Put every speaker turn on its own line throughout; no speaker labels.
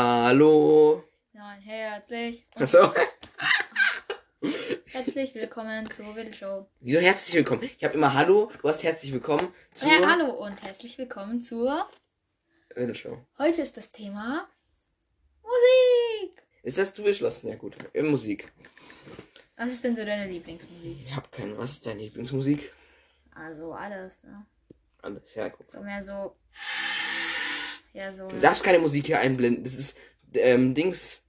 Hallo.
Nein, herzlich. Und
Achso.
herzlich willkommen zur Will Show.
Wieso herzlich willkommen? Ich habe immer Hallo, du hast herzlich willkommen zur
Hey, Äh, hallo und herzlich willkommen zur.
Redeshow.
Heute ist das Thema Musik.
Ist das du beschlossen? Ja gut. Äh, Musik.
Was ist denn so deine Lieblingsmusik?
Ich hab keine. Was ist deine Lieblingsmusik?
Also alles, ne?
Alles, ja, guck.
So mehr so. Ja, so.
Du darfst keine Musik hier einblenden. Das ist ähm, Dings.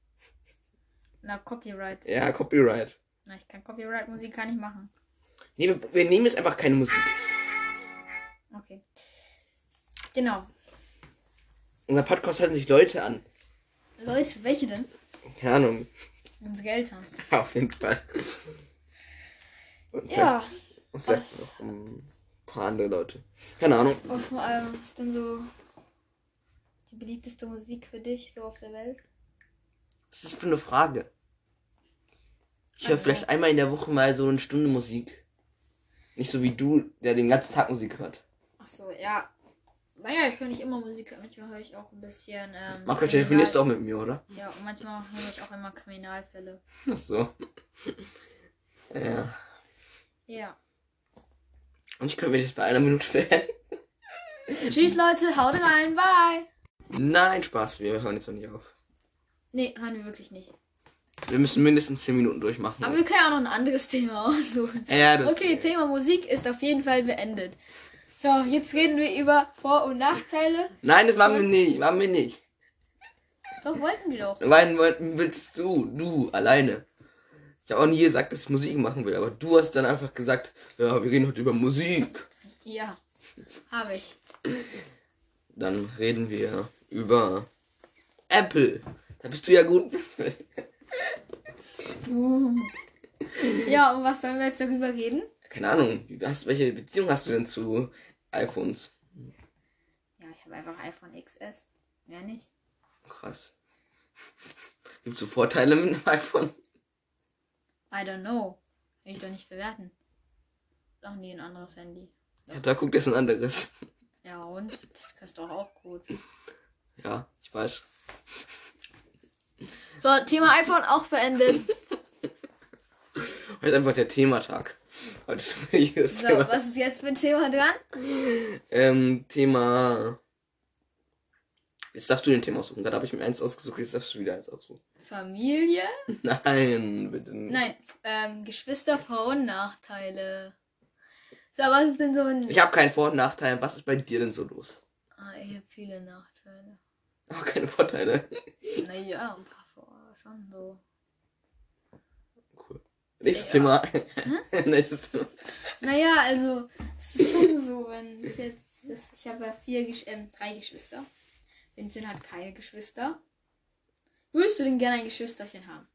Na, Copyright.
Ja, Copyright.
Na, ich kann Copyright-Musik gar nicht machen.
Nee, wir, wir nehmen jetzt einfach keine Musik.
Okay. Genau.
Unser Podcast hören sich Leute an.
Leute, welche denn?
Keine Ahnung.
Unsere Eltern.
Auf jeden Fall. Und
Ja.
vielleicht, und vielleicht noch ein paar andere Leute. Keine Ahnung.
Und vor allem, was ist denn so die beliebteste Musik für dich so auf der Welt?
Was ist das für eine Frage? Ich höre
Also-
vielleicht einmal in der Woche mal so eine Stunde Musik. Nicht so wie du, der den ganzen Tag Musik hört.
Ach so, ja. Naja, ich höre nicht immer Musik, manchmal höre ich auch ein bisschen. Ähm,
Marco,
Kriminal-
telefonierst du auch mit mir, oder?
Ja, und manchmal höre ich auch immer Kriminalfälle.
Ach so. Ja.
Ja.
Und ich könnte mir das bei einer Minute verhängen.
Tschüss, Leute, haut rein, bye!
Nein, Spaß, wir hören jetzt noch nicht auf.
Nee, hören wir wirklich nicht.
Wir müssen mindestens 10 Minuten durchmachen.
Aber wir können ja auch noch ein anderes Thema aussuchen.
ja, das
Okay, Thema Musik ist auf jeden Fall beendet. So, jetzt reden wir über Vor- und Nachteile.
Nein, das machen wir nicht. Machen wir nicht.
Doch, wollten wir doch.
Weinen wollten willst du, du, alleine. Ich habe auch nie gesagt, dass ich Musik machen will, aber du hast dann einfach gesagt, ja, wir reden heute über Musik.
Ja, habe ich.
Dann reden wir über Apple. Da bist du ja gut.
Ja, und was sollen wir jetzt darüber reden?
Keine Ahnung, wie hast, welche Beziehung hast du denn zu iPhones?
Ja, ich habe einfach iPhone XS. Mehr nicht.
Krass. Gibt's so Vorteile mit einem iPhone?
I don't know. Will ich doch nicht bewerten. Doch nie ein anderes Handy.
Ja, da guckt jetzt ein anderes.
Ja, und? Das kannst du doch auch gut.
Ja, ich weiß.
So, Thema iPhone auch beendet.
Heute ist einfach der Thematag. Heute ist das
So,
Thema.
was ist jetzt für ein Thema dran?
Ähm, Thema. Jetzt darfst du den Thema aussuchen. Gerade habe ich mir eins ausgesucht, jetzt darfst du wieder eins aussuchen.
Familie?
Nein, bitte nicht.
Nein, ähm, Geschwister, Frauen, Nachteile. So, was ist denn so ein...
Ich habe keinen Vor- und Nachteil. Was ist bei dir denn so los?
Ah, ich habe viele Nachteile.
Auch keine Vorteile.
Naja, ein paar vor, schon so.
Cool. Nächstes Thema. Nächstes Thema.
Naja, also, es ist schon so, wenn ich jetzt. Das, ich habe ja vier, Gesch ähm, drei Geschwister. Vincent hat keine Geschwister. Würdest du denn gerne ein Geschwisterchen haben?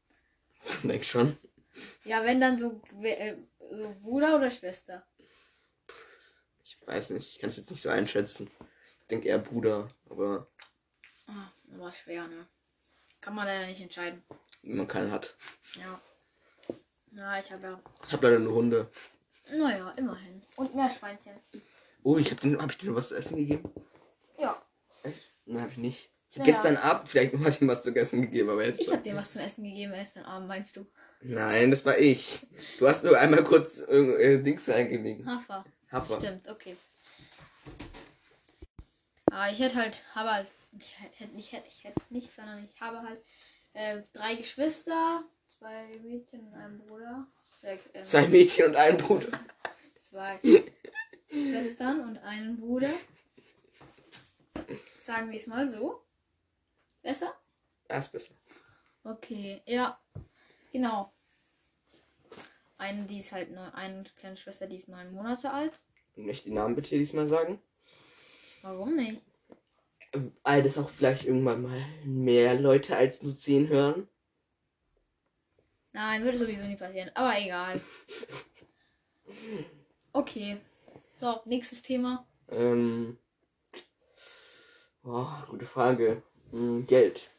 Denk schon.
Ja, wenn dann so, äh, so Bruder oder Schwester.
Ich weiß nicht. Ich kann es jetzt nicht so einschätzen. Ich denke eher Bruder, aber
Ah, war schwer, ne? Kann man leider nicht entscheiden.
wenn man keinen hat.
Ja. Na, ich habe ja.
Ich habe leider nur Hunde.
Naja, immerhin. Und mehr Schweinchen.
Oh, ich habe den, hab ich dir noch was zu essen gegeben?
Ja.
Echt? Nein, habe ich nicht. Ich hab
Ja.
gestern Abend vielleicht noch mal dem was zu essen gegeben, aber jetzt.
Ich habe dir was zum Essen gegeben, erst dann Abend, meinst du?
Nein, das war ich. Du hast nur einmal kurz äh, äh, Dings reingelegt.
Hafer.
Hafer.
Stimmt, okay. Ah, ich hätte halt, habe halt, ich hätte nicht, hätte, ich hätte nicht, sondern ich habe halt äh, drei Geschwister, zwei Mädchen und einen Bruder. Vielleicht, ähm,
Zwei Mädchen und ein Bruder.
zwei Schwestern und einen Bruder. Sagen wir es mal so. Besser?
Das ist besser.
Okay, ja. Genau. Eine, die ist halt neun, eine kleine Schwester, die ist neun Monate alt.
Ich möchte den Namen bitte diesmal sagen.
Warum nicht?
Ähm, All das auch vielleicht irgendwann mal mehr Leute als nur zehn hören.
Nein, würde sowieso nie passieren. Aber egal. Okay. So, nächstes Thema.
Ähm. Boah, gute Frage. Hm, Geld.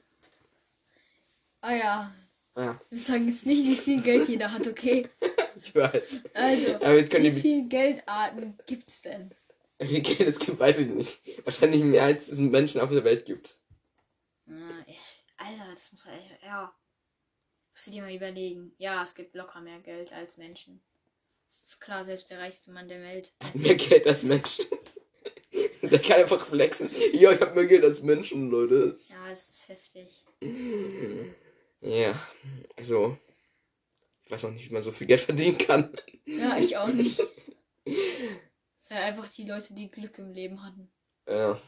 Ah ja,
Ja,
wir sagen jetzt nicht, wie viel Geld jeder hat, okay?
ich weiß.
Also,
Aber jetzt können
wie
die-
viel Geldarten gibt's denn?
Wie viel Geld es gibt, weiß ich nicht. Wahrscheinlich mehr als es Menschen auf der Welt gibt.
Na, ich, also, das muss halt, ja. Musst du dir mal überlegen. Ja, es gibt locker mehr Geld als Menschen. Das ist klar, selbst der reichste Mann der Welt.
Hat mehr Geld als Menschen. Der kann einfach flexen. Ja, ich hab mehr Geld als Menschen, Leute.
Ja, es ist heftig.
Ja, also. Ich weiß noch nicht, wie man so viel Geld verdienen kann.
Ja, ich auch nicht. Es sind halt einfach die Leute, die Glück im Leben hatten.
Ja,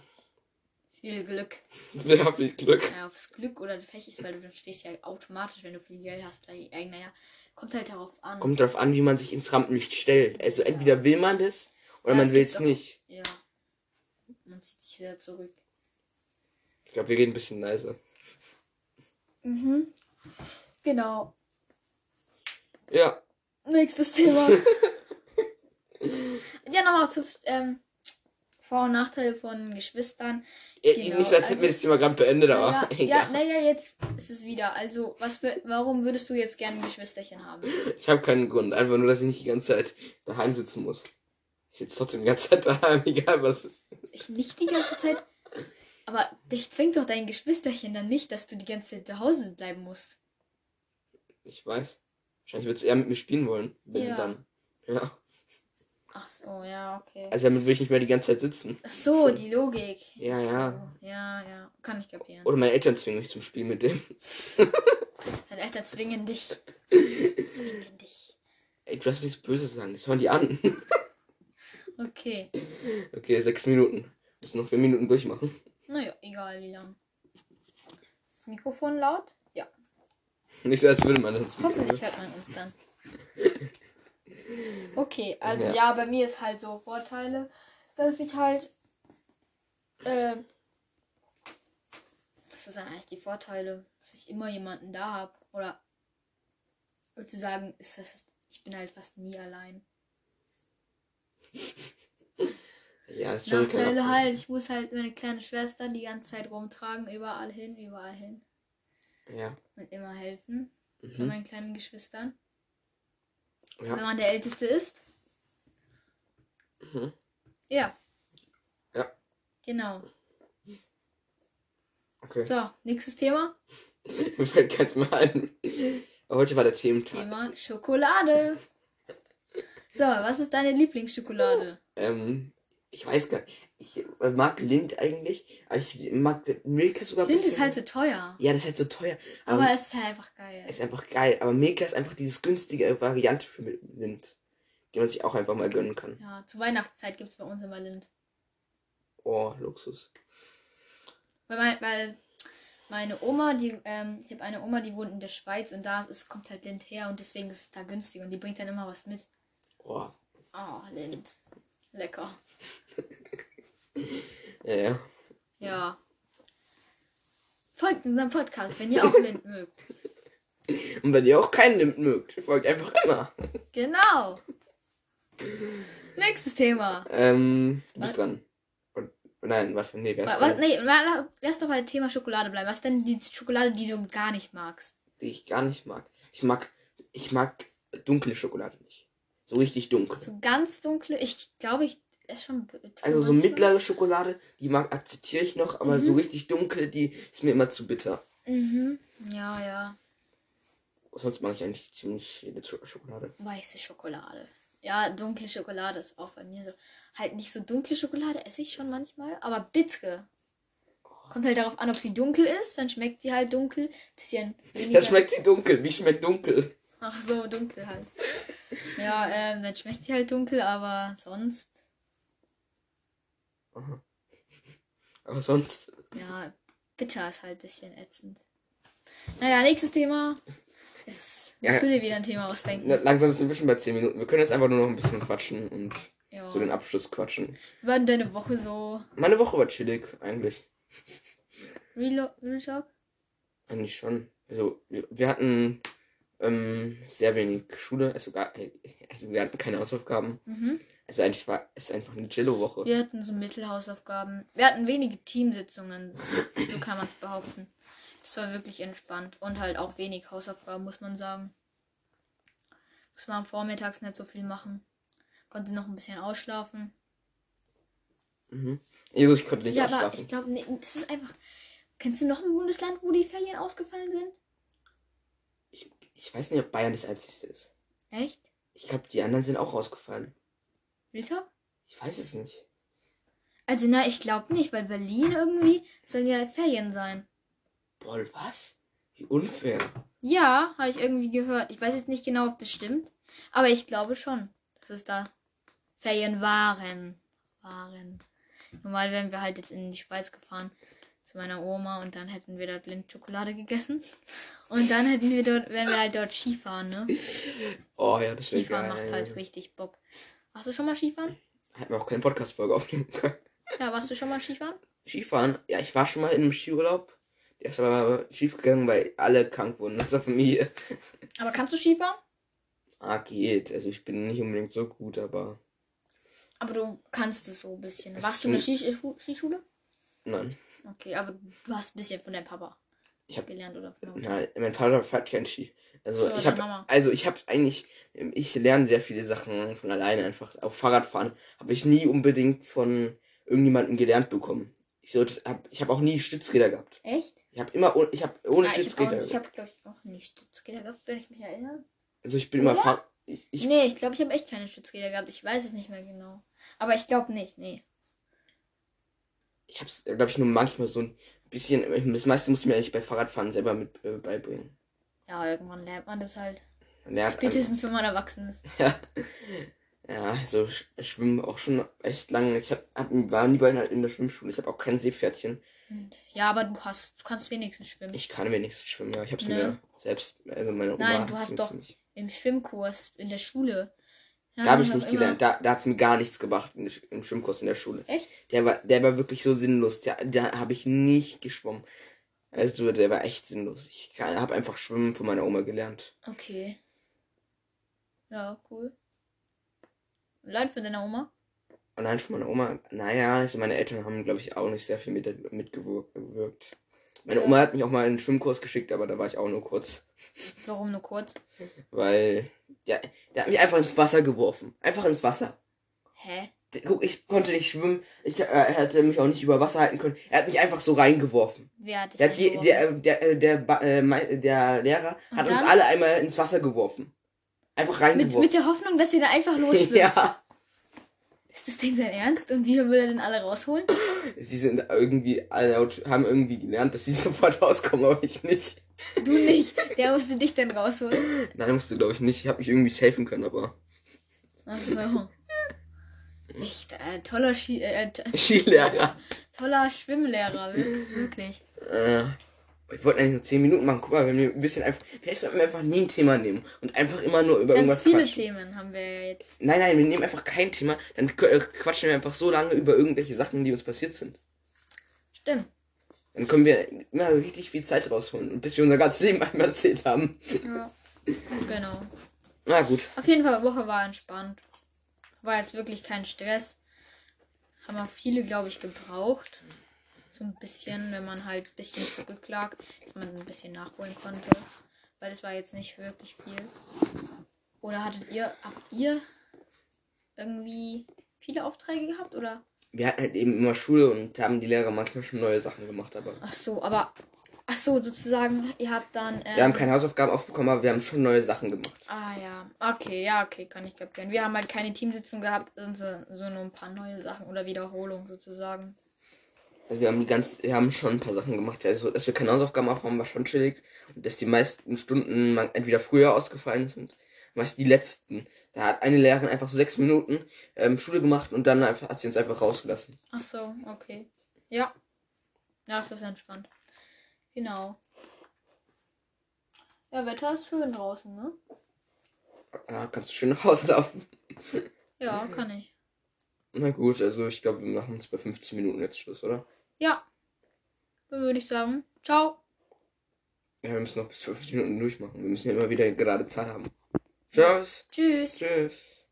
Viel Glück.
sehr viel Glück.
Ja, ob es äh, Glück oder Pech ist, weil du dann stehst ja automatisch, wenn du viel Geld hast, dein eigener, ja. Kommt halt darauf an.
Kommt drauf an, wie man sich ins Rampenlicht stellt. Also, entweder will man das oder
Ja,
man
es
will
gibt
es
auch-
nicht.
Ja. Man zieht sich sehr zurück.
Ich glaube, wir reden ein bisschen leiser.
Mhm. Genau.
Ja,
Nächstes Thema. ja, nochmal zu ähm, Vor- und Nachteile von Geschwistern.
Ja,
Genau,
nicht, als hätten wir
also-
das Thema gerade beendet, aber
Naja, ja,
egal.
naja, jetzt ist es wieder. Also, was für, warum würdest du jetzt gerne ein Geschwisterchen haben?
Ich habe keinen Grund. Einfach nur, dass ich nicht die ganze Zeit daheim sitzen muss. Ich sitze trotzdem die ganze Zeit daheim, egal was ist.
Ich nicht die ganze Zeit. Aber dich zwingt doch dein Geschwisterchen dann nicht, dass du die ganze Zeit zu Hause bleiben musst.
Ich weiß. Wahrscheinlich wird es eher mit mir spielen wollen. Wenn
Ja.
dann. Ja.
Ach so, ja, okay.
Also damit will ich nicht mehr die ganze Zeit sitzen.
Ach so, die Logik.
Ja,
Ach so.
ja.
Ja, ja. Kann ich kapieren.
Oder meine Eltern zwingen mich zum Spielen mit dem.
Deine Eltern zwingen dich. zwingen dich.
Ey, du darfst nichts Böses sagen. Das hören die an.
Okay.
Okay, sechs Minuten. Müssen noch vier Minuten durchmachen.
Naja, egal wie lang. Ist das Mikrofon laut? Ja.
Nicht so, als würde man das.
Hoffentlich hört man uns dann. Okay, also
Ja.
ja, bei mir ist halt so Vorteile, dass ich halt. ähm, was sind eigentlich die Vorteile? Dass ich immer jemanden da habe. Oder sozusagen ist das. Ich bin halt fast nie allein.
Ja, ist schon kein
Nachteile
Nachteil.
halt, ich muss halt meine kleine Schwester die ganze Zeit rumtragen, überall hin, überall hin.
Ja.
Und immer helfen. bei
Mhm.
meinen kleinen Geschwistern. Wenn
Ja.
man der Älteste ist.
Mhm.
Ja.
Ja.
Genau.
Okay.
So, nächstes Thema.
Mir fällt keins mehr ein. Aber heute war der Thementag.
Thema Schokolade. So, was ist deine Lieblingsschokolade?
Ähm, ich weiß gar nicht. Ich äh, mag Lind eigentlich, aber ich mag Milka sogar ein
Lind ist
bisschen.
halt so teuer.
Ja, das ist halt so teuer. Aber,
Aber es ist halt einfach geil.
ist einfach geil. Aber Milka ist einfach dieses günstige Variante für Lind, die man sich auch einfach mal gönnen kann.
Ja, zur Weihnachtszeit gibt es bei uns immer Lind.
Oh, Luxus.
Weil, mein, weil meine Oma, die, ähm, ich habe eine Oma, die wohnt in der Schweiz und da ist, kommt halt Lind her und deswegen ist es da günstig und die bringt dann immer was mit.
Oh,
Oh, Lind. Lecker.
ja, ja.
Ja. Folgt unserem Podcast, wenn ihr auch Lind mögt.
Und wenn ihr auch keinen Lind mögt, folgt einfach immer.
Genau. Nächstes Thema.
Ähm, du bist
Was?
dran. Und, nein, warte, nee, wer ist
Was,
dran?
was, ne? nee, la- lass doch mal das Thema Schokolade bleiben. Was ist denn die Schokolade, die du gar nicht magst?
Die ich gar nicht mag. Ich mag, ich mag dunkle Schokolade nicht. So richtig dunkel.
So ganz dunkle, ich glaube, ich esse schon. b-
Also so
manchmal.
mittlere Schokolade, die mag akzeptiere ich noch, aber so richtig dunkle, die ist mir immer zu bitter.
Mhm. Ja, ja.
Sonst mag ich eigentlich ziemlich jede Sch- Schokolade.
Weiße Schokolade. Ja, dunkle Schokolade ist auch bei mir so. Halt nicht so dunkle Schokolade esse ich schon manchmal, aber bittere. Kommt halt darauf an, ob sie dunkel ist, dann schmeckt sie halt dunkel. Bisschen weniger.
Dann schmeckt sie dunkel. Wie schmeckt dunkel?
Ach so, dunkel halt. Ja, ähm, dann schmeckt sie halt dunkel, aber sonst,
Aber sonst.
ja, bitter ist halt ein bisschen ätzend. Naja, nächstes Thema. Jetzt musst
Ja.
du dir wieder ein Thema ausdenken.
Na, langsam ist ein bisschen bei 10 Minuten. Wir können jetzt einfach nur noch ein bisschen quatschen und
Ja.
so den Abschluss quatschen.
Wie war denn deine Woche so?
Meine Woche war chillig, eigentlich.
Real Real Talk?
Eigentlich schon. Also, wir, wir hatten ähm, sehr wenig Schule, also, gar, also wir hatten keine Hausaufgaben.
Mhm.
Also eigentlich war es einfach eine Chillo-Woche.
Wir hatten so Mittelhausaufgaben. Wir hatten wenige Teamsitzungen, so kann man es behaupten. Das war wirklich entspannt. Und halt auch wenig Hausaufgaben, muss man sagen. Muss man am Vormittags nicht so viel machen. Konnte noch ein bisschen ausschlafen.
Mhm. Also ich konnte nicht
ja, aber
ausschlafen.
ich glaube, nee, das ist einfach. Kennst du noch ein Bundesland, wo die Ferien ausgefallen sind?
Ich, ich weiß nicht, ob Bayern das einzigste ist.
Echt?
Ich glaube, die anderen sind auch ausgefallen.
Litauen?
Ich weiß es nicht.
Also, na, ich glaube nicht, weil Berlin irgendwie sollen ja Ferien sein.
Boah, was? Wie unfair.
Ja, habe ich irgendwie gehört. Ich weiß jetzt nicht genau, ob das stimmt, aber ich glaube schon, dass es da Ferien waren. Waren. Normal wären wir halt jetzt in die Schweiz gefahren zu meiner Oma und dann hätten wir dort blind Schokolade gegessen und dann hätten wir dort, wären wir halt dort Skifahren, ne?
Oh ja, das wäre
Skifahren
geil.
macht halt richtig Bock. Warst du schon mal Skifahren?
Hätten wir auch keine Podcast-Folge aufnehmen können.
Ja, warst du schon mal Skifahren?
Skifahren, ja, ich war schon mal in einem Skiurlaub. Der ist aber schief gegangen, weil alle krank wurden in unserer Familie.
Aber kannst du Skifahren?
Ah, geht. Also ich bin nicht unbedingt so gut, aber
Aber du kannst es so ein bisschen.
Es
Warst
ist
du in der
schon-
Skischu- Skischule?
nein.
Okay, aber du hast ein bisschen von deinem Papa
Ich hab-
gelernt, oder? Von Mama.
Nein, mein Vater fährt kein Ski. Also
So,
ich
deine
habe
Mama.
also ich habe eigentlich ich lerne sehr viele Sachen von alleine einfach. Auch Fahrradfahren habe ich nie unbedingt von irgendjemandem gelernt bekommen. Ich sollte hab, ich habe auch nie Stützräder gehabt.
Echt?
Ich habe immer oh- ich habe ohne
Ah, ich
Stützräder.
habe, ich hab, glaube ich, auch nicht Stützräder gehabt, wenn ich mich erinnere.
also ich bin immer
Oder?
Fahr ich, ich
nee, ich glaube, ich habe echt keine Stützräder gehabt. Ich weiß es nicht mehr genau. Aber ich glaube nicht, nee.
ich habe glaube ich nur manchmal so ein bisschen das meiste muss ich mir eigentlich bei Fahrradfahren selber mit äh, beibringen.
Ja, irgendwann lernt man das halt.
Man Lernt einfach.
Spätestens, wenn man erwachsen ist.
Ja. Ja, also Sch- schwimmen auch schon echt lange. Ich hab, hab, war nie bei einer in der Schwimmschule. Ich habe auch kein Seepferdchen.
Ja, aber du hast, du kannst wenigstens schwimmen.
Ich kann wenigstens schwimmen, ja. Ich hab's
Nee.
mir selbst, also meine Oma.
Nein,
hat
du
es
hast
mir
doch-
ziemlich-
Im Schwimmkurs, in der Schule.
Da habe ich
haben wir
nicht
immer-
gelernt. Da, da hat's mir gar nichts gebracht in, der Sch- im Schwimmkurs in der Schule.
Echt?
Der war, der war wirklich so sinnlos. Der, da habe ich nicht geschwommen. Also der war echt sinnlos. Ich kann- hab einfach Schwimmen von meiner Oma gelernt.
Okay. Ja, cool. Leid für deine Oma?
Und Oh nein, von meiner Oma, naja, also meine Eltern haben, glaube ich, auch nicht sehr viel mit, mitgewirkt. Meine Oma hat mich auch mal in den Schwimmkurs geschickt, aber da war ich auch nur kurz.
Warum nur kurz?
Weil, ja, der hat mich einfach ins Wasser geworfen. Einfach ins Wasser.
Hä?
Der- Guck, ich konnte nicht schwimmen. Ich, äh, er hätte mich auch nicht über Wasser halten können. Er hat mich einfach so reingeworfen.
Wer hat dich
Der, hat je,
angeworfen?
der, der, äh, der, Ba- äh, mei- der Lehrer
Und
hat uns
dann?
alle einmal ins Wasser geworfen. Einfach
mit,
reingeworfen.
mit der Hoffnung, dass ihr da einfach losschwimmt.
ja.
Ist das Ding sein Ernst? Und wie will er denn alle rausholen?
Sie sind irgendwie, alle aut- haben irgendwie gelernt, dass sie sofort rauskommen, aber ich nicht.
Du nicht. Der musste dich dann rausholen.
Nein, musste glaube ich nicht. Ich habe mich irgendwie safen können, aber.
Ach so. hm. Echt, äh, toller, Schi äh, t-
Skilehrer.
toller Schwimmlehrer, wir- wirklich.
äh, ich wollte eigentlich nur 10 Minuten machen. Guck mal, wenn wir ein bisschen einfach. Vielleicht sollten wir einfach nie ein Thema nehmen und einfach immer nur über
Ganz
irgendwas
viele
quatschen.
Themen haben wir ja jetzt.
Nein, nein, wir nehmen einfach kein Thema, dann qu- äh, quatschen wir einfach so lange über irgendwelche Sachen, die uns passiert sind.
Stimmt.
Dann können wir immer richtig viel Zeit rausholen, und bis wir unser ganzes Leben einmal erzählt haben.
Ja. Genau.
Na gut,
Auf jeden Fall, die Woche war entspannt. War jetzt wirklich kein Stress. Haben wir viele, glaube ich, gebraucht. So ein bisschen, wenn man halt ein bisschen zurücklag, dass man ein bisschen nachholen konnte. Weil es war jetzt nicht wirklich viel. Oder hattet ihr, habt ihr irgendwie viele Aufträge gehabt? Oder?
wir hatten halt eben immer Schule und haben die Lehrer manchmal schon neue Sachen gemacht, aber
Ach so, aber. Ach so, sozusagen, ihr habt dann. ähm,
wir haben keine Hausaufgaben aufbekommen, aber wir haben schon neue Sachen gemacht.
Ah ja, okay, ja, okay, kann ich kapieren. Wir haben halt keine Teamsitzung gehabt, sondern so, so nur ein paar neue Sachen oder Wiederholungen sozusagen.
Also wir haben die ganz, wir haben schon ein paar Sachen gemacht. Also, dass wir keine Hausaufgaben aufhaben, war schon chillig. Und dass die meisten Stunden man- entweder früher ausgefallen sind, meist die letzten. Da hat eine Lehrerin einfach so sechs Minuten ähm, Schule gemacht und dann einfach, hat sie uns einfach rausgelassen.
Ach so, okay. Ja. Ja, es ist entspannt. Genau. Ja, Wetter ist schön draußen, ne?
Ja, kannst du schön nach Hause laufen.
Ja, kann ich.
Na gut, also ich glaube, wir machen uns bei 15 Minuten jetzt Schluss, oder?
Ja. Dann würde ich sagen, ciao.
Ja, wir müssen noch bis 15 Minuten durchmachen. Wir müssen ja immer wieder eine gerade Zahl haben. Tschüss.
Tschüss.
Tschüss.